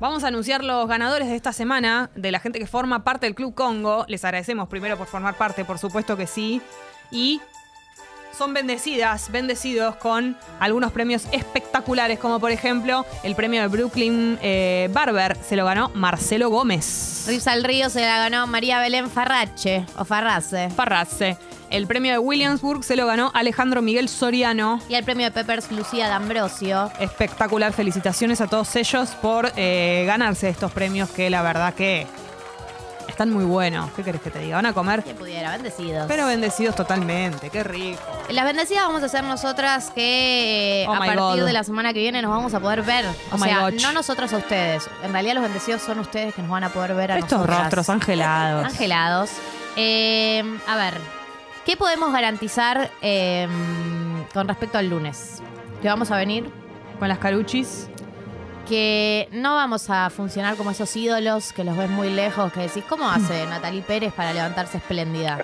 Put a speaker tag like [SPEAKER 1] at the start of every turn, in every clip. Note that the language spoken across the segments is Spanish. [SPEAKER 1] Vamos a anunciar los ganadores de esta semana, de la gente que forma parte del Club Congo. Les agradecemos primero por formar parte, por supuesto que sí. Y son bendecidas, bendecidos con algunos premios espectaculares, como por ejemplo el premio de Brooklyn eh, Barber se lo ganó Marcelo Gómez.
[SPEAKER 2] Rips al Río se la ganó María Belén Farrache o Farrace.
[SPEAKER 1] Farrace. eh. El premio de Williamsburg se lo ganó Alejandro Miguel Soriano.
[SPEAKER 2] Y el premio de Peppers Lucía D'Ambrosio.
[SPEAKER 1] Espectacular, felicitaciones a todos ellos por eh, ganarse estos premios que la verdad que están muy buenos. ¿Qué querés que te diga? Van a comer,
[SPEAKER 2] Que pudiera, bendecidos.
[SPEAKER 1] pero bendecidos totalmente, qué rico.
[SPEAKER 2] Las bendecidas vamos a hacer nosotras que eh,
[SPEAKER 1] Oh
[SPEAKER 2] a
[SPEAKER 1] my
[SPEAKER 2] partir
[SPEAKER 1] God.
[SPEAKER 2] de la semana que viene nos vamos a poder ver. O
[SPEAKER 1] Oh my
[SPEAKER 2] sea,
[SPEAKER 1] gosh.
[SPEAKER 2] no nosotros a ustedes. En realidad los bendecidos son ustedes que nos van a poder ver a
[SPEAKER 1] Estos
[SPEAKER 2] nosotras.
[SPEAKER 1] rostros angelados.
[SPEAKER 2] Angelados. Eh, a ver, ¿qué podemos garantizar eh, con respecto al lunes? Que vamos a venir,
[SPEAKER 1] Con las caruchis.
[SPEAKER 2] que no vamos a funcionar como esos ídolos que los ves muy lejos, que decís, ¿cómo hace Natalie Pérez para levantarse espléndida?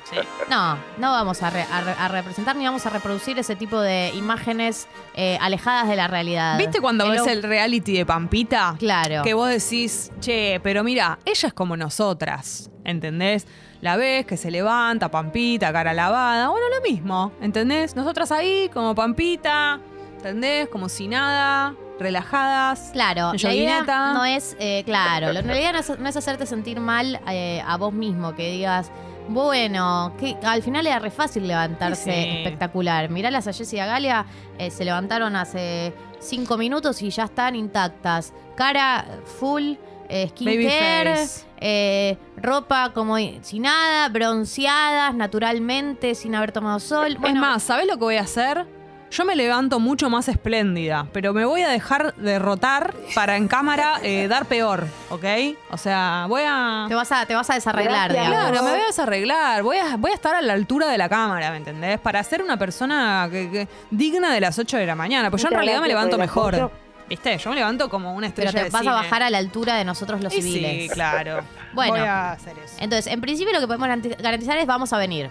[SPEAKER 2] No, no vamos a, re- a re- a representar ni vamos a reproducir ese tipo de imágenes eh, alejadas de la realidad.
[SPEAKER 1] ¿Viste cuando
[SPEAKER 2] Hello.
[SPEAKER 1] ves el reality de Pampita?
[SPEAKER 2] Claro.
[SPEAKER 1] Que vos decís, che, pero mira, ella es como nosotras, ¿entendés? La ves que se levanta, Pampita, cara lavada, bueno, lo mismo, ¿entendés? Nosotras ahí, como Pampita, ¿entendés? Como si nada, relajadas.
[SPEAKER 2] Claro,
[SPEAKER 1] en
[SPEAKER 2] la idea
[SPEAKER 1] joguineta.
[SPEAKER 2] no es, eh, claro, la realidad no es, no es hacerte sentir mal eh, a vos mismo, que digas, bueno, que al final era re fácil levantarse
[SPEAKER 1] Sí, sí.
[SPEAKER 2] espectacular. Mirá las a Jessie y a Galia, eh, se levantaron hace cinco minutos y ya están intactas. Cara full, eh, skincare,
[SPEAKER 1] Babyface.
[SPEAKER 2] eh, ropa como i- sin nada, bronceadas naturalmente, sin haber tomado sol. Bueno,
[SPEAKER 1] es más, ¿sabés lo que voy a hacer? Yo me levanto mucho más espléndida, pero me voy a dejar derrotar para en cámara eh, dar peor, ¿ok? O sea, voy a...
[SPEAKER 2] te vas a, te vas a desarreglar,
[SPEAKER 3] Gracias.
[SPEAKER 2] digamos.
[SPEAKER 1] Claro, me voy a desarreglar, voy a, voy a estar a la altura de la cámara, ¿me entendés? Para ser una persona que- que- digna de las 8 de la mañana, pues yo en
[SPEAKER 3] Muchas
[SPEAKER 1] realidad me
[SPEAKER 3] gracias
[SPEAKER 1] levanto
[SPEAKER 3] por el
[SPEAKER 1] mejor.
[SPEAKER 3] apoyo.
[SPEAKER 1] ¿Viste? Yo me levanto como una estrella
[SPEAKER 2] Pero te
[SPEAKER 1] de
[SPEAKER 2] vas
[SPEAKER 1] cine.
[SPEAKER 2] a bajar a la altura de nosotros los
[SPEAKER 1] Y
[SPEAKER 2] civiles.
[SPEAKER 1] Sí, claro.
[SPEAKER 2] Bueno. eh,
[SPEAKER 1] Voy a hacer eso.
[SPEAKER 2] Entonces, en principio lo que podemos garanti- garantizar es vamos a venir.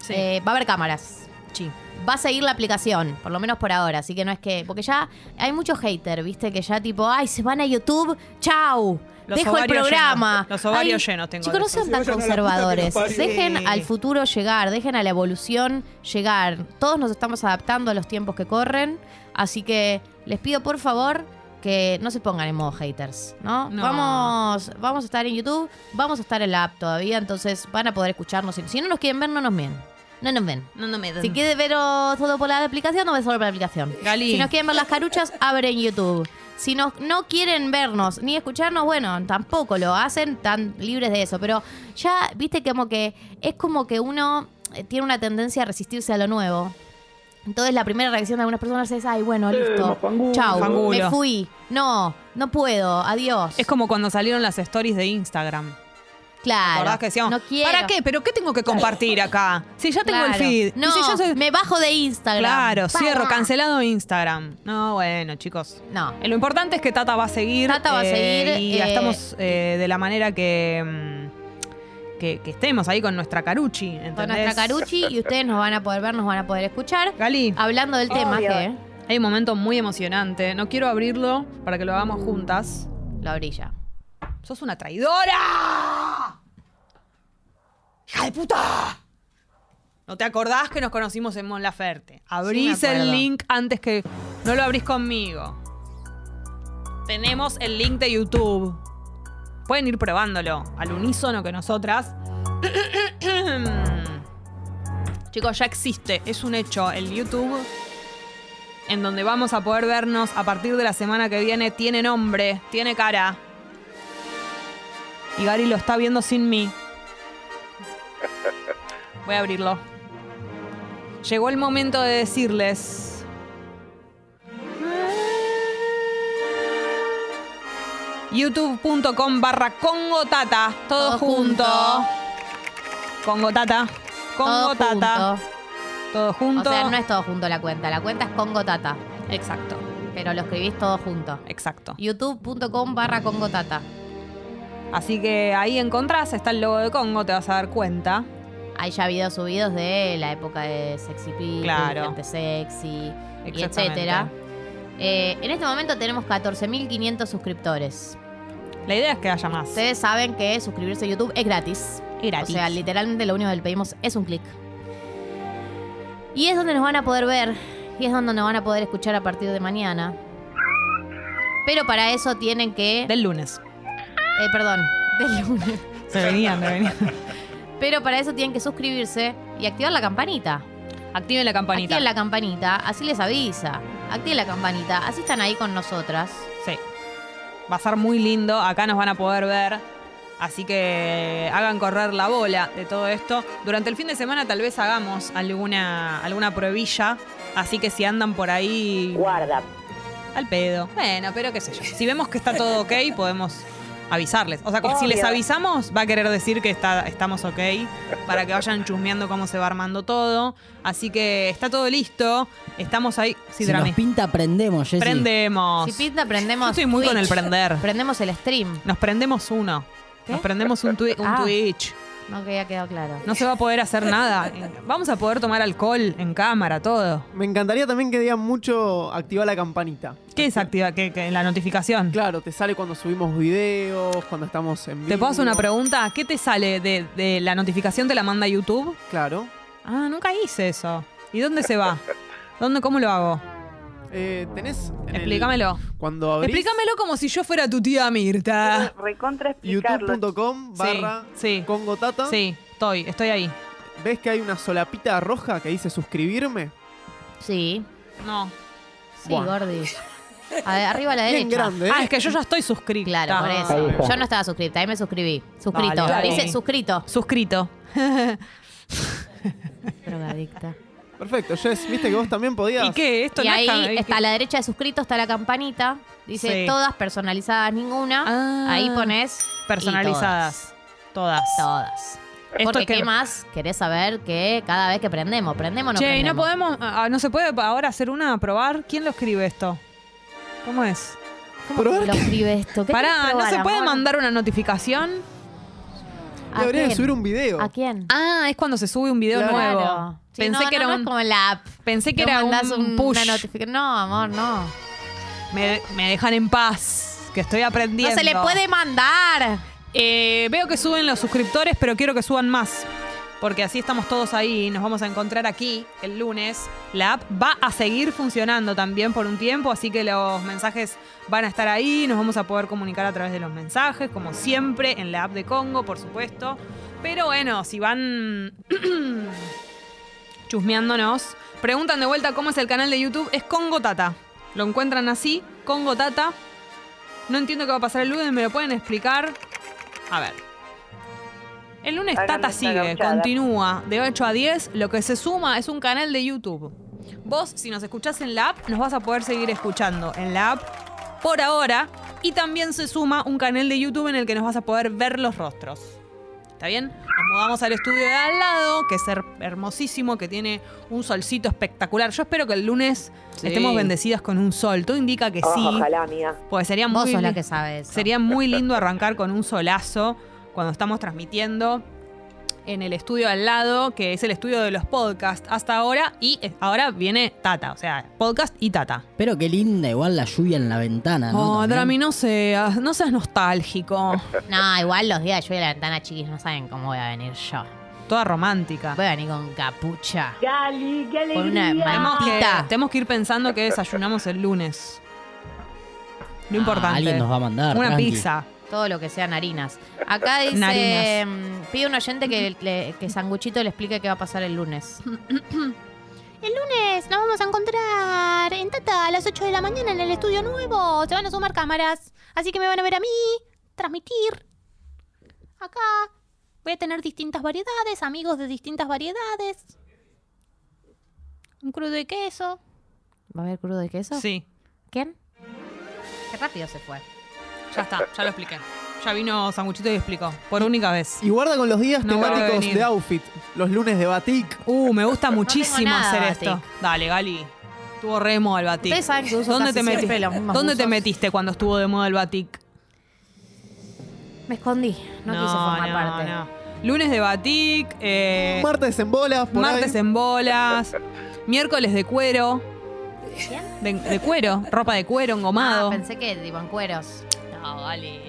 [SPEAKER 1] Sí.
[SPEAKER 2] Eh, va a haber cámaras.
[SPEAKER 1] Sí.
[SPEAKER 2] Va a seguir la aplicación, por lo menos por ahora. Así que no es que. Porque ya hay muchos haters, ¿viste? Que ya tipo, ay, se van a YouTube, chau.
[SPEAKER 1] Los
[SPEAKER 2] Dejo el
[SPEAKER 1] ovarios
[SPEAKER 2] programa.
[SPEAKER 1] llenos. Los ovarios llenos tengo
[SPEAKER 2] Chicos,
[SPEAKER 1] de
[SPEAKER 2] no sean
[SPEAKER 1] esos.
[SPEAKER 2] tan
[SPEAKER 4] Se vayan a la
[SPEAKER 2] conservadores.
[SPEAKER 4] puta que los parió.
[SPEAKER 2] Dejen
[SPEAKER 1] Sí.
[SPEAKER 2] al futuro llegar, dejen a la evolución llegar. Todos nos estamos adaptando a los tiempos que corren. Así que les pido por favor que no se pongan en modo haters, ¿no?
[SPEAKER 1] No.
[SPEAKER 2] Vamos, vamos a estar en YouTube, vamos a estar en la app todavía, entonces van a poder escucharnos. Si- Si no nos quieren ver, no nos ven. No nos ven.
[SPEAKER 1] No, no me
[SPEAKER 2] Si quieren ver todo por la aplicación, no ven solo por la aplicación.
[SPEAKER 1] Gali.
[SPEAKER 2] Si nos quieren ver las caruchas, abren YouTube. Si nos, no quieren vernos ni escucharnos, bueno, tampoco lo hacen tan libres de eso. Pero ya, viste, como que es como que uno eh, tiene una tendencia a resistirse a lo nuevo. Entonces la primera reacción de algunas personas es, ay, bueno, listo.
[SPEAKER 4] mafangulo.
[SPEAKER 2] Chau, me
[SPEAKER 1] Mafangulo.
[SPEAKER 2] fui. No, no puedo, adiós.
[SPEAKER 1] Es como cuando salieron las stories de Instagram.
[SPEAKER 2] claro.
[SPEAKER 1] ¿Acordás que decíamos,
[SPEAKER 2] no quiero.
[SPEAKER 1] ¿para qué? ¿Pero qué tengo que compartir acá? Si ya tengo el
[SPEAKER 2] Claro.
[SPEAKER 1] feed. Y
[SPEAKER 2] No,
[SPEAKER 1] si yo soy-
[SPEAKER 2] me bajo de Instagram.
[SPEAKER 1] Claro,
[SPEAKER 2] Para.
[SPEAKER 1] cierro, cancelado Instagram. No, bueno, chicos.
[SPEAKER 2] No.
[SPEAKER 1] Eh, Lo importante es que Tata va a seguir.
[SPEAKER 2] Tata va a seguir,
[SPEAKER 1] Y
[SPEAKER 2] eh,
[SPEAKER 1] estamos eh, de la manera que, mm, que, que estemos ahí con nuestra Caruchi. ¿entendés?
[SPEAKER 2] con nuestra Caruchi y ustedes nos van a poder ver, nos van a poder escuchar.
[SPEAKER 1] Gali,
[SPEAKER 2] Hablando del tema
[SPEAKER 3] Obvio.
[SPEAKER 2] que
[SPEAKER 1] hay un momento muy emocionante. No quiero abrirlo para que lo hagamos juntas.
[SPEAKER 2] la orilla.
[SPEAKER 1] ¡Sos una traidora! ¡Hija de puta! ¿No te acordás que nos conocimos en Mon Laferte? Abrís
[SPEAKER 2] Sí, me acuerdo.
[SPEAKER 1] el link antes que. No lo abrís conmigo. Tenemos el link de YouTube. Pueden ir probándolo al unísono que nosotras. Chicos, ya existe, es un hecho. El YouTube en donde vamos a poder vernos a partir de la semana que viene tiene nombre, tiene cara. Y Gary lo está viendo sin mí. Voy a abrirlo. Llegó el momento de decirles. youtube.com barra congotata. Todo,
[SPEAKER 2] Todo
[SPEAKER 1] junto.
[SPEAKER 2] junto.
[SPEAKER 1] Congotata. Congotata.
[SPEAKER 2] Todo junto.
[SPEAKER 1] Todo
[SPEAKER 2] O
[SPEAKER 1] junto.
[SPEAKER 2] sea, no es todo junto la cuenta. La cuenta es Congotata.
[SPEAKER 1] Exacto,
[SPEAKER 2] Pero lo escribís todo junto.
[SPEAKER 1] exacto.
[SPEAKER 2] youtube.com barra Congotata.
[SPEAKER 1] Así que ahí encontrás, está el logo de Congo, te vas a dar cuenta.
[SPEAKER 2] Hay ya videos subidos de la época de Sexy People,
[SPEAKER 1] Claro.
[SPEAKER 2] gente sexy, y
[SPEAKER 1] Exactamente.
[SPEAKER 2] etcétera. Eh, en este momento tenemos 14.500 suscriptores.
[SPEAKER 1] La idea es que haya más.
[SPEAKER 2] Ustedes saben que suscribirse a YouTube es gratis.
[SPEAKER 1] Es gratis.
[SPEAKER 2] O sea, literalmente lo único que le pedimos es un clic. Y es donde nos van a poder ver. Y es donde nos van a poder escuchar a partir de mañana. Pero para eso tienen que.
[SPEAKER 1] Del lunes.
[SPEAKER 2] eh, perdón, del lunes.
[SPEAKER 1] Se venían, se venían.
[SPEAKER 2] Pero para eso tienen que suscribirse y activar la campanita.
[SPEAKER 1] Activen la campanita.
[SPEAKER 2] Activen la campanita, así les avisa. Activen la campanita, así están ahí con nosotras.
[SPEAKER 1] Sí. Va a ser muy lindo. Acá nos van a poder ver. Así que hagan correr la bola de todo esto. Durante el fin de semana tal vez hagamos alguna, alguna pruebilla. Así que si andan por ahí
[SPEAKER 3] Guarda.
[SPEAKER 1] al pedo. Bueno, pero qué sé yo. Si vemos que está todo ok, podemos avisarles. O sea, que si les
[SPEAKER 3] Obvio.
[SPEAKER 1] avisamos, va a querer decir que está, estamos ok. Para que vayan chusmeando cómo se va armando todo. Así que está todo listo. Estamos ahí. Sí,
[SPEAKER 4] si nos
[SPEAKER 1] dramé.
[SPEAKER 4] pinta, prendemos, Jessy.
[SPEAKER 1] Prendemos.
[SPEAKER 2] Si pinta, prendemos.
[SPEAKER 1] Yo estoy muy con el prender.
[SPEAKER 2] Prendemos el stream.
[SPEAKER 1] Nos prendemos uno.
[SPEAKER 2] ¿Qué?
[SPEAKER 1] Nos prendemos un, twi- un
[SPEAKER 2] Ah.
[SPEAKER 1] Twitch.
[SPEAKER 2] No que haya quedado claro.
[SPEAKER 1] No se va a poder hacer nada. Vamos a poder tomar alcohol en cámara, todo.
[SPEAKER 5] Me encantaría también que digan mucho activar la campanita.
[SPEAKER 1] ¿Qué es activa? ¿Qué, qué- la notificación.
[SPEAKER 5] Claro, te sale cuando subimos videos, cuando estamos en vivo.
[SPEAKER 1] ¿Te puedo hacer una pregunta? ¿Qué te sale de, de la notificación? ¿Te la manda YouTube?
[SPEAKER 5] Claro.
[SPEAKER 1] Ah, nunca hice eso. ¿Y dónde se va? ¿Dónde, ¿Cómo lo hago?
[SPEAKER 5] Eh, tenés. en el-
[SPEAKER 1] Explícamelo.
[SPEAKER 5] cuando abrís
[SPEAKER 1] Explícamelo como si yo fuera tu tía Mirta.
[SPEAKER 3] Recontra explicarlo.
[SPEAKER 5] youtube.com
[SPEAKER 1] Sí,
[SPEAKER 5] barra
[SPEAKER 1] sí.
[SPEAKER 5] Congo Tata,
[SPEAKER 1] Sí, estoy, estoy ahí.
[SPEAKER 5] ves que hay una solapita roja que dice suscribirme.
[SPEAKER 2] Sí.
[SPEAKER 1] No.
[SPEAKER 2] Sí,
[SPEAKER 5] Bueno.
[SPEAKER 2] Gordi. A ver, arriba a la
[SPEAKER 5] Bien
[SPEAKER 2] derecha.
[SPEAKER 5] grande, ¿eh?
[SPEAKER 1] Ah, es que yo ya estoy suscrita.
[SPEAKER 2] Claro, por
[SPEAKER 3] Ahí
[SPEAKER 2] eso.
[SPEAKER 3] está.
[SPEAKER 2] Yo no estaba suscrita, ahí me suscribí. Suscrito.
[SPEAKER 1] Dale, dale.
[SPEAKER 2] Dice suscrito.
[SPEAKER 1] Suscrito.
[SPEAKER 2] Drogadicta.
[SPEAKER 5] Perfecto, Jess, viste que vos también podías.
[SPEAKER 1] ¿Y qué? Esto
[SPEAKER 2] y
[SPEAKER 1] no
[SPEAKER 2] ahí
[SPEAKER 1] es cam-
[SPEAKER 2] está a la derecha de suscrito, está la campanita. Dice
[SPEAKER 1] Sí.
[SPEAKER 2] todas personalizadas, ninguna.
[SPEAKER 1] Ah.
[SPEAKER 2] ahí pones. y
[SPEAKER 1] Personalizadas. Todas.
[SPEAKER 2] Todas. todas.
[SPEAKER 1] Esto
[SPEAKER 2] Porque
[SPEAKER 1] que-
[SPEAKER 2] qué más querés saber que cada vez que prendemos, prendemos o no
[SPEAKER 1] Che, ¿y no
[SPEAKER 2] prendemos.
[SPEAKER 1] podemos, ah, ah, no se puede ahora hacer una, a probar. ¿Quién lo escribe esto? ¿Cómo es?
[SPEAKER 2] ¿Cómo
[SPEAKER 5] ¿Probar
[SPEAKER 2] lo
[SPEAKER 5] qué?
[SPEAKER 2] escribe esto? ¿Qué
[SPEAKER 1] Pará,
[SPEAKER 2] querés
[SPEAKER 1] ¿no
[SPEAKER 2] probar,
[SPEAKER 1] se puede
[SPEAKER 2] amor?
[SPEAKER 1] mandar una notificación?
[SPEAKER 2] ¿A
[SPEAKER 5] Le habría que
[SPEAKER 2] quién?
[SPEAKER 5] subir un video.
[SPEAKER 2] ¿A quién?
[SPEAKER 1] Ah, es cuando se sube un video
[SPEAKER 5] Claro.
[SPEAKER 1] nuevo.
[SPEAKER 2] Sí,
[SPEAKER 1] Pensé
[SPEAKER 2] no,
[SPEAKER 1] que
[SPEAKER 2] no,
[SPEAKER 1] era
[SPEAKER 2] no
[SPEAKER 1] un,
[SPEAKER 2] es como en la app.
[SPEAKER 1] pensé que
[SPEAKER 2] No
[SPEAKER 1] era
[SPEAKER 2] mandás
[SPEAKER 1] un
[SPEAKER 2] un-
[SPEAKER 1] push.
[SPEAKER 2] una notificación. No, amor, no. No
[SPEAKER 1] Me, me dejan en paz, que estoy aprendiendo.
[SPEAKER 2] se le puede mandar.
[SPEAKER 1] Eh, veo que suben los suscriptores, pero quiero que suban más. Porque así estamos todos ahí. Nos vamos a encontrar aquí el lunes. La app va a seguir funcionando también por un tiempo. Así que los mensajes van a estar ahí. Nos vamos a poder comunicar a través de los mensajes, como siempre, en la app de Congo, por supuesto. Pero bueno, si van chusmeándonos, preguntan de vuelta cómo es el canal de YouTube. Es Congo Tata. Lo encuentran así, Congo Tata. No entiendo qué va a pasar el lunes, me lo pueden explicar. A ver. El lunes
[SPEAKER 3] Hagan
[SPEAKER 1] Tata
[SPEAKER 3] esta
[SPEAKER 1] sigue,
[SPEAKER 3] gauchada.
[SPEAKER 1] continúa de 8 a 10. Lo que se suma es un canal de YouTube. Vos, si nos escuchás en la app, nos vas a poder seguir escuchando en la app por ahora. Y también se suma un canal de YouTube en el que nos vas a poder ver los rostros. ¿Está bien? Nos mudamos al estudio de al lado, que es her- hermosísimo, que tiene un solcito espectacular. Yo espero que el lunes
[SPEAKER 4] Sí.
[SPEAKER 1] estemos bendecidas con un sol. Todo indica que
[SPEAKER 3] Oh,
[SPEAKER 1] sí.
[SPEAKER 3] Ojalá, amiga.
[SPEAKER 1] Pues sería
[SPEAKER 2] Vos
[SPEAKER 1] muy
[SPEAKER 2] sos la
[SPEAKER 1] li-
[SPEAKER 2] que sabes.
[SPEAKER 1] sería muy lindo arrancar con un solazo cuando estamos transmitiendo en el estudio al lado, que es el estudio de los podcasts hasta ahora, y eh, ahora viene Tata, o sea, podcast y Tata.
[SPEAKER 4] Pero qué linda, igual la lluvia en la
[SPEAKER 2] Ah,
[SPEAKER 4] ventana, ¿no?
[SPEAKER 1] No,
[SPEAKER 4] También.
[SPEAKER 1] Drami, no seas, no seas nostálgico.
[SPEAKER 2] No, igual los días de lluvia en la ventana, chiquis, no saben cómo voy a venir yo.
[SPEAKER 1] Toda romántica.
[SPEAKER 2] Voy a venir con capucha.
[SPEAKER 3] Gali, qué
[SPEAKER 2] Con una
[SPEAKER 1] Tenemos que,
[SPEAKER 2] mantita.
[SPEAKER 1] tenemos que ir pensando que desayunamos el lunes. Lo
[SPEAKER 4] Ah,
[SPEAKER 1] importante.
[SPEAKER 4] alguien nos va a mandar,
[SPEAKER 1] Una
[SPEAKER 4] tranqui.
[SPEAKER 1] pizza.
[SPEAKER 2] Todo lo que sean harinas. Acá dice.
[SPEAKER 1] Narinas.
[SPEAKER 2] mm, Pide un oyente que, le- que Sanguchito le explique qué va a pasar el lunes.
[SPEAKER 6] El lunes nos vamos a encontrar en Tata a las 8 de la mañana en el estudio nuevo. Se van a sumar cámaras. Así que me van a ver a mí transmitir. Acá voy a tener distintas variedades, amigos de distintas variedades. Un crudo de queso.
[SPEAKER 2] ¿Va a haber crudo de queso?
[SPEAKER 1] Sí.
[SPEAKER 2] ¿Quién? Qué rápido se fue.
[SPEAKER 1] Ya está, ya lo expliqué. Ya vino Sanguchito y explicó. Por única vez.
[SPEAKER 5] Y guarda con los días
[SPEAKER 1] No va a
[SPEAKER 5] temáticos
[SPEAKER 1] venir.
[SPEAKER 5] de outfit. Los lunes de batik.
[SPEAKER 1] Uh, me gusta muchísimo
[SPEAKER 2] nada,
[SPEAKER 1] hacer
[SPEAKER 2] Batik.
[SPEAKER 1] esto. Dale, Gali. Estuvo re de moda el Batik.
[SPEAKER 2] Ustedes saben que uso
[SPEAKER 1] ¿Dónde,
[SPEAKER 2] casi
[SPEAKER 1] te
[SPEAKER 2] siempre
[SPEAKER 1] metiste?
[SPEAKER 2] los mismos
[SPEAKER 1] ¿Dónde te
[SPEAKER 2] buzos.
[SPEAKER 1] metiste cuando estuvo de moda el Batik?
[SPEAKER 2] Me escondí. No, quise formar
[SPEAKER 1] no,
[SPEAKER 2] parte. Ah,
[SPEAKER 1] no. Lunes de Batik, eh,
[SPEAKER 5] Martes en bolas, por
[SPEAKER 1] martes
[SPEAKER 5] ahí.
[SPEAKER 1] en bolas, miércoles de cuero. De, de cuero, ropa de cuero,
[SPEAKER 2] Ah,
[SPEAKER 1] engomado.
[SPEAKER 2] pensé que de bancueros. No, vale.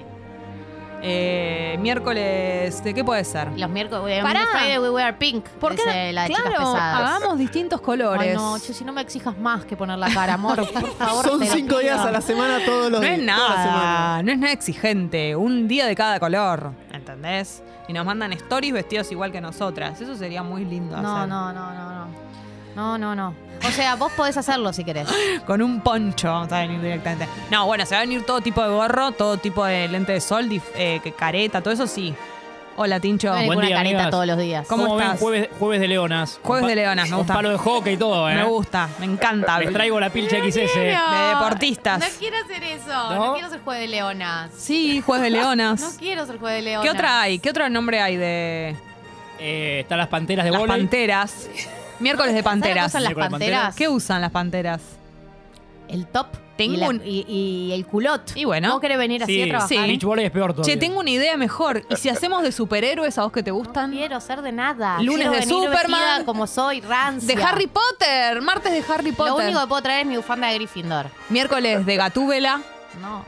[SPEAKER 1] Eh, miércoles, ¿de qué puede ser?
[SPEAKER 2] Los miércoles.
[SPEAKER 6] Pará.
[SPEAKER 2] Pará. Friday we wear pink.
[SPEAKER 1] ¿Por qué?
[SPEAKER 2] dice
[SPEAKER 1] no?
[SPEAKER 2] La de chicas
[SPEAKER 1] claro,
[SPEAKER 2] pesadas.
[SPEAKER 1] hagamos distintos colores.
[SPEAKER 2] Ay, no, che, si no me exijas más que poner la cara, amor. Por favor,
[SPEAKER 5] Son
[SPEAKER 2] te lo
[SPEAKER 5] cinco días
[SPEAKER 2] pido.
[SPEAKER 5] a la semana todos los
[SPEAKER 1] No
[SPEAKER 5] días.
[SPEAKER 1] es
[SPEAKER 5] toda la semana.
[SPEAKER 1] nada, no es nada exigente. Un día de cada color, ¿entendés? Y nos mandan stories vestidos igual que nosotras. Eso sería muy lindo
[SPEAKER 2] No,
[SPEAKER 1] hacer.
[SPEAKER 2] no, no, no, no. No, no, no. O sea, vos podés hacerlo si querés.
[SPEAKER 1] Con un poncho vamos a venir directamente. No, bueno, se va a venir todo tipo de gorro, todo tipo de lente de sol, dif- eh, que- careta, todo eso sí. Hola, Tincho.
[SPEAKER 2] No hay
[SPEAKER 7] Buen
[SPEAKER 2] ninguna
[SPEAKER 7] día,
[SPEAKER 2] careta
[SPEAKER 7] amigas.
[SPEAKER 2] todos los días.
[SPEAKER 1] ¿Cómo
[SPEAKER 7] ven?
[SPEAKER 1] estás?
[SPEAKER 7] Jueves, jueves de Leonas.
[SPEAKER 1] Jueves
[SPEAKER 7] Con
[SPEAKER 1] de
[SPEAKER 7] pa-
[SPEAKER 1] Leonas, me
[SPEAKER 7] con
[SPEAKER 1] gusta.
[SPEAKER 7] palo de hockey y todo, ¿eh?
[SPEAKER 1] Me gusta, me encanta.
[SPEAKER 7] Les traigo la pilcha XS.
[SPEAKER 1] De deportistas.
[SPEAKER 2] No quiero hacer eso. No,
[SPEAKER 7] eh? ¿No?
[SPEAKER 2] quiero ser juez de leonas.
[SPEAKER 1] Sí, jueves de
[SPEAKER 2] No
[SPEAKER 1] leonas.
[SPEAKER 2] quiero ser juez de leonas.
[SPEAKER 1] ¿Qué otra hay? ¿Qué otro nombre hay de
[SPEAKER 7] Eh, están las panteras de
[SPEAKER 1] las
[SPEAKER 7] vóley.
[SPEAKER 1] panteras? Miércoles de
[SPEAKER 2] ¿Sabes
[SPEAKER 1] panteras.
[SPEAKER 2] ¿Qué usan las
[SPEAKER 7] Miércoles
[SPEAKER 2] panteras?
[SPEAKER 1] ¿Qué usan las panteras?
[SPEAKER 2] El top.
[SPEAKER 1] Tengo
[SPEAKER 2] y, la-
[SPEAKER 1] un-
[SPEAKER 2] y- y el culot.
[SPEAKER 1] Y bueno.
[SPEAKER 2] ¿No querés venir así
[SPEAKER 7] Sí,
[SPEAKER 2] a trabajar?
[SPEAKER 1] sí.
[SPEAKER 7] Beach volley es peor todavía.
[SPEAKER 1] Che, tengo una idea mejor. ¿Y si hacemos de superhéroes a vos que te
[SPEAKER 2] No
[SPEAKER 1] gustan?
[SPEAKER 2] quiero ser de nada.
[SPEAKER 1] Lunes
[SPEAKER 2] Quiero
[SPEAKER 1] de
[SPEAKER 2] venir
[SPEAKER 1] Superman.
[SPEAKER 2] vestida como soy, rancia.
[SPEAKER 1] De Harry Potter. Martes de Harry Potter.
[SPEAKER 2] Lo único que puedo traer es mi bufanda de Gryffindor.
[SPEAKER 1] Miércoles de Gatúbela.
[SPEAKER 2] No.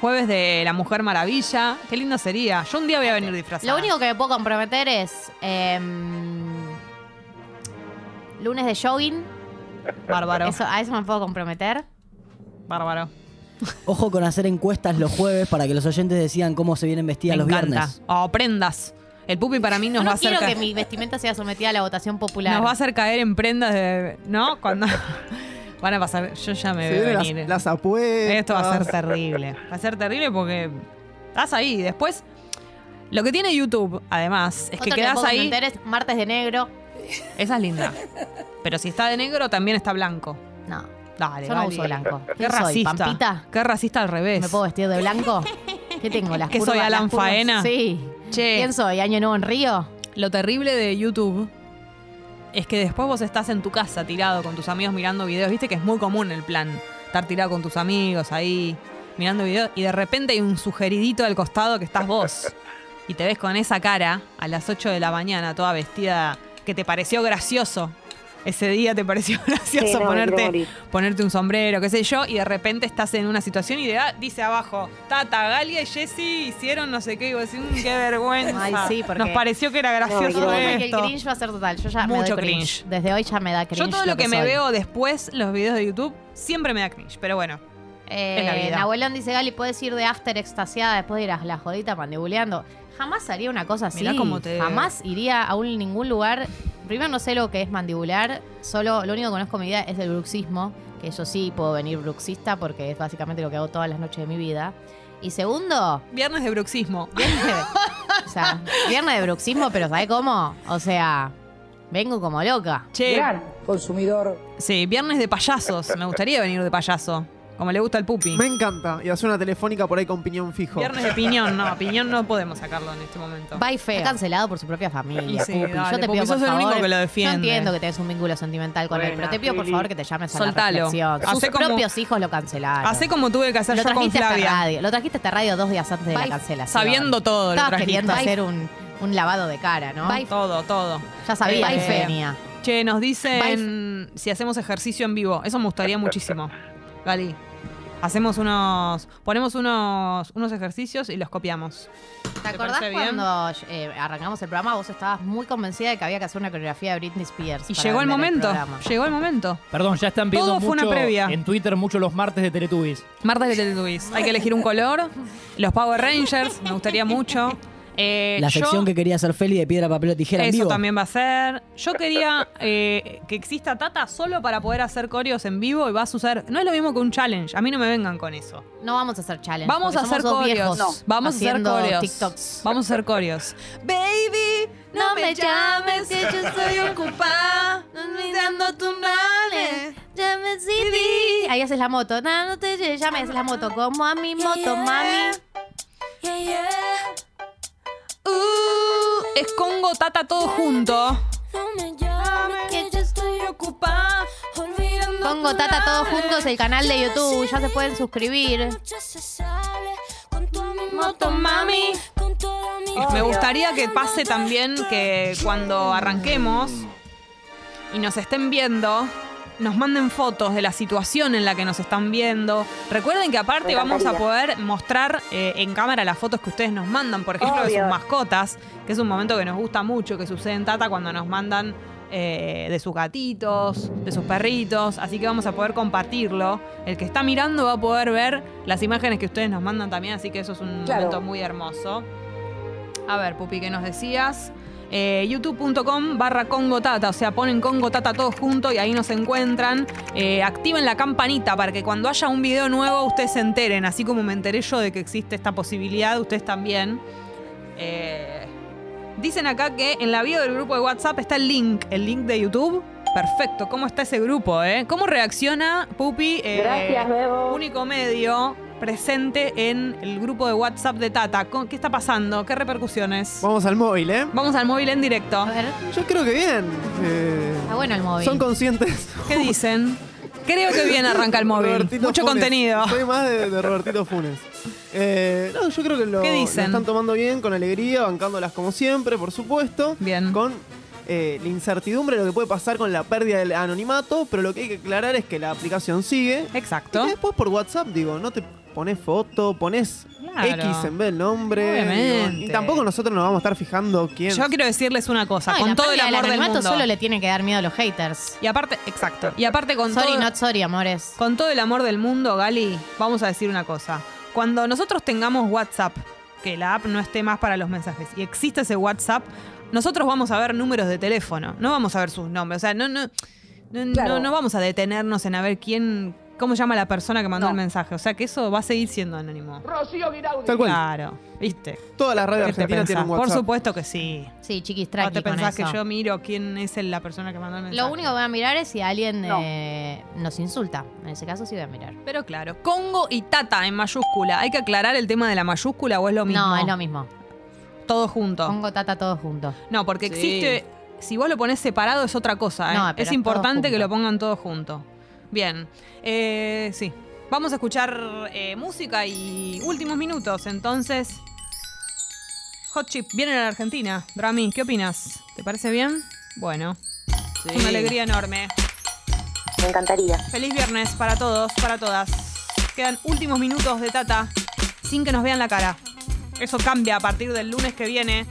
[SPEAKER 1] Jueves de La Mujer Maravilla. Qué lindo sería. Yo un día voy a venir disfrazada.
[SPEAKER 2] Lo único que me puedo comprometer es em, lunes de jogging.
[SPEAKER 1] Bárbaro.
[SPEAKER 2] Eso, a eso me puedo comprometer.
[SPEAKER 1] Bárbaro.
[SPEAKER 4] Ojo con hacer encuestas los jueves para que los oyentes decidan cómo se vienen vestidas
[SPEAKER 1] Me
[SPEAKER 4] los
[SPEAKER 1] encanta.
[SPEAKER 4] viernes.
[SPEAKER 1] O prendas. El pupi para mí
[SPEAKER 2] Yo
[SPEAKER 1] nos va a
[SPEAKER 2] no
[SPEAKER 1] hacer
[SPEAKER 2] quiero
[SPEAKER 1] ca-
[SPEAKER 2] que mi vestimenta sea sometida a la votación popular.
[SPEAKER 1] Nos va a hacer caer en prendas de. ¿No? Cuando. Van a pasar. Yo ya me
[SPEAKER 5] Se
[SPEAKER 1] veo
[SPEAKER 5] vienen
[SPEAKER 1] venir.
[SPEAKER 5] las, las apuestas.
[SPEAKER 1] Esto va a ser terrible. Va a ser terrible porque estás ahí. Después, lo que tiene YouTube, además, es que
[SPEAKER 2] Otro que me
[SPEAKER 1] quedas
[SPEAKER 2] puedo
[SPEAKER 1] ahí.
[SPEAKER 2] comprometer es martes de negro.
[SPEAKER 1] Esa es linda. Pero si está de negro, también está blanco.
[SPEAKER 2] No,
[SPEAKER 1] Dale,
[SPEAKER 2] yo no
[SPEAKER 1] Gali.
[SPEAKER 2] uso blanco.
[SPEAKER 1] Qué
[SPEAKER 2] ¿Quién soy,
[SPEAKER 1] racista.
[SPEAKER 2] Pampita?
[SPEAKER 1] Qué racista al revés.
[SPEAKER 2] ¿Me puedo vestir de blanco? ¿Qué tengo? ¿Las
[SPEAKER 1] ¿Qué
[SPEAKER 2] curvas,
[SPEAKER 1] soy, Alan
[SPEAKER 2] las curvas?
[SPEAKER 1] Faena? Eh.
[SPEAKER 2] Sí.
[SPEAKER 1] Che.
[SPEAKER 2] ¿Quién soy? ¿Año Nuevo en Río?
[SPEAKER 1] Lo terrible de YouTube es que después vos estás en tu casa tirado con tus amigos mirando videos. Viste que es muy común el plan. Estar tirado con tus amigos ahí mirando videos y de repente hay un sugeridito al costado que estás vos. Y te ves con esa cara a las 8 de la mañana toda vestida que te pareció gracioso. Ese día te pareció gracioso
[SPEAKER 3] no,
[SPEAKER 1] ponerte,
[SPEAKER 3] Glory.
[SPEAKER 1] ponerte un sombrero, qué sé yo, y de repente estás en una situación y de- ah, dice abajo, Tata, Galia y Jessy hicieron no sé qué, y vos decís, "Mm, qué vergüenza.
[SPEAKER 2] Ay, sí, porque-
[SPEAKER 1] Nos pareció que era
[SPEAKER 2] No,
[SPEAKER 1] gracioso
[SPEAKER 3] No,
[SPEAKER 2] pasa
[SPEAKER 1] esto.
[SPEAKER 2] que el cringe va a ser total. Yo ya me
[SPEAKER 1] Mucho
[SPEAKER 2] doy cringe.
[SPEAKER 1] cringe.
[SPEAKER 2] Desde hoy ya me da cringe.
[SPEAKER 1] Yo todo lo que, me
[SPEAKER 2] soy.
[SPEAKER 1] veo después, los videos de YouTube, siempre me da cringe. Pero bueno,
[SPEAKER 2] Eh,
[SPEAKER 1] Es la vida.
[SPEAKER 2] Nahuelón dice, Gali, puedes ir de after extasiada después de ir a la jodita mandibuleando. Jamás haría una cosa así.
[SPEAKER 1] Mirá cómo te-
[SPEAKER 2] Jamás iría a un, ningún lugar. Primero no sé lo que es mandibular. Solo lo único que conozco en mi vida es el bruxismo. Que yo sí puedo venir bruxista porque es básicamente lo que hago todas las noches de mi vida. Y segundo,
[SPEAKER 1] viernes de bruxismo.
[SPEAKER 2] o sea, viernes de bruxismo, pero ¿sabes cómo? O sea, vengo como loca.
[SPEAKER 1] Che. Sí, viernes de payasos. Me gustaría venir de payaso. Como le gusta al pupi.
[SPEAKER 5] Me encanta. Y hacer una telefónica por ahí con piñón fijo.
[SPEAKER 1] Viernes de piñón, no, piñón no podemos sacarlo en este momento.
[SPEAKER 2] Va y feo. Está cancelado por su propia familia.
[SPEAKER 1] Sí,
[SPEAKER 2] Pupi.
[SPEAKER 1] dale,
[SPEAKER 2] yo te
[SPEAKER 1] Pupi,
[SPEAKER 2] pido
[SPEAKER 1] sos
[SPEAKER 2] por
[SPEAKER 1] el único
[SPEAKER 2] favor-
[SPEAKER 1] que lo defiende.
[SPEAKER 2] Yo entiendo que tenés un vínculo sentimental con él,
[SPEAKER 3] Buena,
[SPEAKER 2] pero te pido por
[SPEAKER 3] Fili.
[SPEAKER 2] favor que te llames a
[SPEAKER 1] Soltalo.
[SPEAKER 2] la reflexión.
[SPEAKER 1] Hacé
[SPEAKER 2] Sus
[SPEAKER 1] como-
[SPEAKER 2] propios hijos lo cancelaron.
[SPEAKER 1] Hacé como tuve que hacer
[SPEAKER 2] lo
[SPEAKER 1] yo con
[SPEAKER 2] trajiste a esta
[SPEAKER 1] Flavia.
[SPEAKER 2] radio. Lo trajiste a esta radio dos días antes de
[SPEAKER 1] Bye.
[SPEAKER 2] la cancelación.
[SPEAKER 1] Sabiendo todo, lo
[SPEAKER 2] Estabas
[SPEAKER 1] trajiste.
[SPEAKER 2] queriendo
[SPEAKER 1] Bye.
[SPEAKER 2] hacer un, un lavado de cara, ¿no?
[SPEAKER 1] Todo, todo.
[SPEAKER 2] Ya sabía
[SPEAKER 1] Bye,
[SPEAKER 2] que
[SPEAKER 1] feo.
[SPEAKER 2] venía.
[SPEAKER 1] Che, nos dicen si hacemos ejercicio en vivo. Eso me gustaría muchísimo. Gali. Hacemos unos. Ponemos unos, unos ejercicios y los copiamos.
[SPEAKER 2] ¿Te acordás
[SPEAKER 1] parece bien?
[SPEAKER 2] cuando eh, arrancamos el programa? Vos estabas muy convencida de que había que hacer una coreografía de Britney Spears.
[SPEAKER 1] Y
[SPEAKER 2] para
[SPEAKER 1] llegó el
[SPEAKER 2] vender
[SPEAKER 1] momento.
[SPEAKER 2] programa.
[SPEAKER 1] llegó el momento.
[SPEAKER 7] Perdón, ya están viendo
[SPEAKER 1] Todo fue una
[SPEAKER 7] mucho
[SPEAKER 1] previa.
[SPEAKER 7] en Twitter mucho los martes de Teletubbies.
[SPEAKER 1] Marta de Teletubbies. Hay que elegir un color. Los Power Rangers, me gustaría mucho. Eh,
[SPEAKER 4] La
[SPEAKER 1] yo-
[SPEAKER 4] sección que quería hacer Feli de piedra, papel o tijera en
[SPEAKER 1] Eso
[SPEAKER 4] vivo.
[SPEAKER 1] también va a ser. Yo quería eh, que exista Tata solo para poder hacer coreos en vivo y va a suceder. No es lo mismo que un challenge. A mí no me vengan con eso.
[SPEAKER 2] No vamos a hacer challenge.
[SPEAKER 1] Vamos a
[SPEAKER 2] porque
[SPEAKER 1] hacer
[SPEAKER 2] somos dos
[SPEAKER 1] coreos.
[SPEAKER 2] viejos
[SPEAKER 1] Vamos a hacer
[SPEAKER 2] haciendo
[SPEAKER 1] coreos.
[SPEAKER 2] TikToks.
[SPEAKER 1] Vamos a hacer coreos. Baby, no me llames que yo estoy ocupada. Mirando tus males.
[SPEAKER 2] Y Ahí haces la moto. No, no te llames la moto. Como a mi moto, mami.
[SPEAKER 1] Uh, es Congo Tata todo junto. Ocupada.
[SPEAKER 2] Pongo Tata todos juntos el canal de YouTube. Ya se pueden suscribir.
[SPEAKER 1] Moto mami. Me gustaría que pase también que cuando arranquemos y nos estén viendo, nos manden fotos de la situación en la que nos están viendo. Recuerden que aparte
[SPEAKER 3] Me
[SPEAKER 1] vamos a
[SPEAKER 3] encantaría.
[SPEAKER 1] poder mostrar eh, en cámara las fotos que ustedes nos mandan, por ejemplo, de sus
[SPEAKER 3] Obvio.
[SPEAKER 1] mascotas, que es un momento que nos gusta mucho, que sucede en Tata cuando nos mandan eh, de sus gatitos, de sus perritos, así que vamos a poder compartirlo. El que está mirando va a poder ver las imágenes que ustedes nos mandan también, así que eso es un
[SPEAKER 3] Claro.
[SPEAKER 1] momento muy hermoso. A ver, Pupi, ¿qué nos decías? Eh, youtube.com barra congotata, o sea, ponen congotata todo junto y ahí nos encuentran. Eh, activen la campanita para que cuando haya un video nuevo ustedes se enteren, así como me enteré yo de que existe esta posibilidad, ustedes también. Eh, dicen acá que en la bio del grupo de WhatsApp está el link, el link de YouTube. Perfecto, ¿cómo está ese grupo? Eh? ¿Cómo reacciona Pupi? eh,
[SPEAKER 3] Gracias, Bebo.
[SPEAKER 1] único medio presente en el grupo de WhatsApp de Tata. Co- ¿Qué está pasando? ¿Qué repercusiones?
[SPEAKER 5] Vamos al móvil, ¿eh?
[SPEAKER 1] Vamos al móvil en directo.
[SPEAKER 2] A ver,
[SPEAKER 5] Yo creo que bien. eh,
[SPEAKER 2] está bueno el móvil.
[SPEAKER 5] son conscientes.
[SPEAKER 1] ¿Qué dicen? Creo que bien arranca el móvil.
[SPEAKER 5] Robertito
[SPEAKER 1] Mucho
[SPEAKER 5] Funes.
[SPEAKER 1] contenido.
[SPEAKER 5] Soy más de, de Robertito Funes. Eh, no, yo creo que lo,
[SPEAKER 1] ¿Qué
[SPEAKER 5] lo
[SPEAKER 1] dicen?
[SPEAKER 5] están tomando bien, con alegría, bancándolas como siempre, por supuesto.
[SPEAKER 1] Bien.
[SPEAKER 5] Con eh, la incertidumbre de lo que puede pasar con la pérdida del anonimato, pero lo que hay que aclarar es que la aplicación sigue. Y
[SPEAKER 1] Exacto.
[SPEAKER 5] que después por WhatsApp, digo, no te pones foto, pones
[SPEAKER 1] Claro.
[SPEAKER 5] X en vez del nombre.
[SPEAKER 1] Obviamente.
[SPEAKER 5] digo, y tampoco nosotros nos vamos a estar fijando quién.
[SPEAKER 1] Yo quiero decirles una cosa,
[SPEAKER 2] No, y
[SPEAKER 1] con
[SPEAKER 2] la
[SPEAKER 1] todo el
[SPEAKER 2] pérdida
[SPEAKER 1] amor del
[SPEAKER 2] anonimato
[SPEAKER 1] mundo.
[SPEAKER 2] solo le tiene que dar miedo a los haters.
[SPEAKER 1] Y aparte, exacto. Y aparte con
[SPEAKER 2] Sorry,
[SPEAKER 1] todo...
[SPEAKER 2] not sorry, amores.
[SPEAKER 1] Con todo el amor del mundo, Gali, vamos a decir una cosa. Cuando nosotros tengamos WhatsApp, que la app no esté más para los mensajes, y existe ese WhatsApp, nosotros vamos a ver números de teléfono, no vamos a ver sus nombres. O sea, no, no, no,
[SPEAKER 3] Claro.
[SPEAKER 1] no- no vamos a detenernos en a ver quién, cómo llama la persona que mandó
[SPEAKER 3] No.
[SPEAKER 1] el mensaje. O sea, que eso va a seguir siendo anónimo.
[SPEAKER 5] Tal cual.
[SPEAKER 1] Claro, ¿viste?
[SPEAKER 5] Todas las radios
[SPEAKER 1] ¿Qué te
[SPEAKER 5] argentinas
[SPEAKER 1] pensás?
[SPEAKER 5] tienen
[SPEAKER 1] Por
[SPEAKER 5] WhatsApp.
[SPEAKER 1] supuesto que sí.
[SPEAKER 2] Sí, chiquis,
[SPEAKER 1] No
[SPEAKER 2] tranqui
[SPEAKER 1] Ah, te
[SPEAKER 2] con
[SPEAKER 1] pensás que
[SPEAKER 2] eso.
[SPEAKER 1] yo miro quién es el- la persona que mandó el mensaje.
[SPEAKER 2] Lo único que voy a mirar es si alguien
[SPEAKER 3] No.
[SPEAKER 2] eh, nos insulta. En ese caso sí voy a mirar.
[SPEAKER 1] Pero claro, Congo y Tata en mayúscula. ¿Hay que aclarar el tema de la mayúscula o es lo mismo?
[SPEAKER 2] No, es lo mismo.
[SPEAKER 1] Todo junto.
[SPEAKER 2] Pongo tata todos juntos.
[SPEAKER 1] No, porque
[SPEAKER 5] Sí.
[SPEAKER 1] existe. Si vos lo ponés separado es otra cosa. ¿eh?
[SPEAKER 2] No, pero
[SPEAKER 1] es
[SPEAKER 2] es
[SPEAKER 1] importante
[SPEAKER 2] todo
[SPEAKER 1] que lo
[SPEAKER 2] junto.
[SPEAKER 1] pongan todo junto. Bien. Eh, sí. Vamos a escuchar eh, música y últimos minutos. Entonces. Hot Chip, vienen a la Argentina. Drami, ¿qué opinas? ¿Te parece bien? Bueno. Una alegría enorme.
[SPEAKER 3] Me encantaría.
[SPEAKER 1] Feliz viernes para todos, para todas. Quedan últimos minutos de Tata sin que nos vean la cara. Eso cambia a partir del lunes que viene.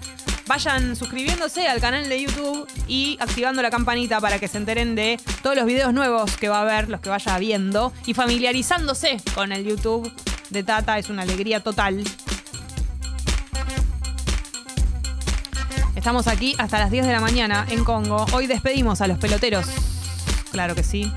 [SPEAKER 1] Vayan suscribiéndose al canal de YouTube y activando la campanita para que se enteren de todos los videos nuevos que va a haber, los que vaya viendo, y familiarizándose con el YouTube de Tata. Es una alegría total. Estamos aquí hasta las 10 de la mañana en Congo. Hoy despedimos a los peloteros. Claro que sí.